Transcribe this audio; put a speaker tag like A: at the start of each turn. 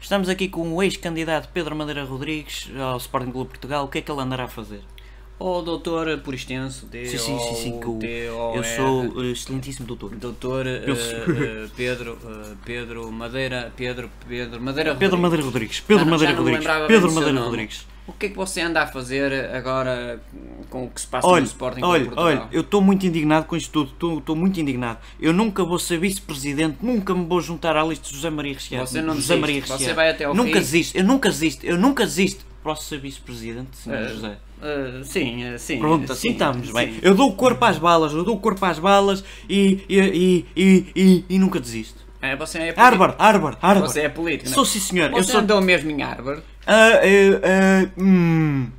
A: Estamos aqui com o ex-candidato Pedro Madeira Rodrigues ao Sporting Clube de Portugal. O que é que ele andará a fazer?
B: Ó doutor por extenso, D
A: Sim, sim, sim, sim, que o- eu sou uh, excelentíssimo doutor.
B: doutor eh, eh, Pedro, eh, Pedro Madeira, Pedro, Pedro Madeira
A: Pedro
B: Rodrigues.
A: Madeira Rodrigues, Pedro
B: Já Ah, não- já
A: Madeira
B: não me
A: Rodrigues,
B: lembrava bem
A: Pedro
B: do seu
A: Madeira
B: nome.
A: Rodrigues.
B: O que é que você anda a fazer agora com o que se passa
A: Olha,
B: no Sporting Clube
A: olha,
B: de Portugal?
A: olha, eu estou muito indignado com isto tudo, estou- estou muito indignado. Eu nunca vou ser vice-presidente, nunca me vou juntar à lista de José Maria Recheado.
B: Você não
A: José
B: desiste,
A: Maria
B: você
A: Recheado.
B: vai até ao
A: Nunca
B: fim.
A: desisto, eu nunca desisto, eu nunca desisto. Posso ser vice-presidente, senhor
B: Eh,
A: José?
B: eh, sim, eh, sim.
A: Pronto,
B: sim,
A: assim estamos bem.
B: sim.
A: Eu dou o corpo às balas, eu dou o corpo às balas e, e, e, e, e, e nunca desisto.
B: Eh, você é
A: Árvore, árvore, árvore.
B: Você é político, não é?
A: Sou sim senhor, eu
B: Você
A: sou...
B: andou mesmo em árvore?
A: Ah, eu, ah, hum,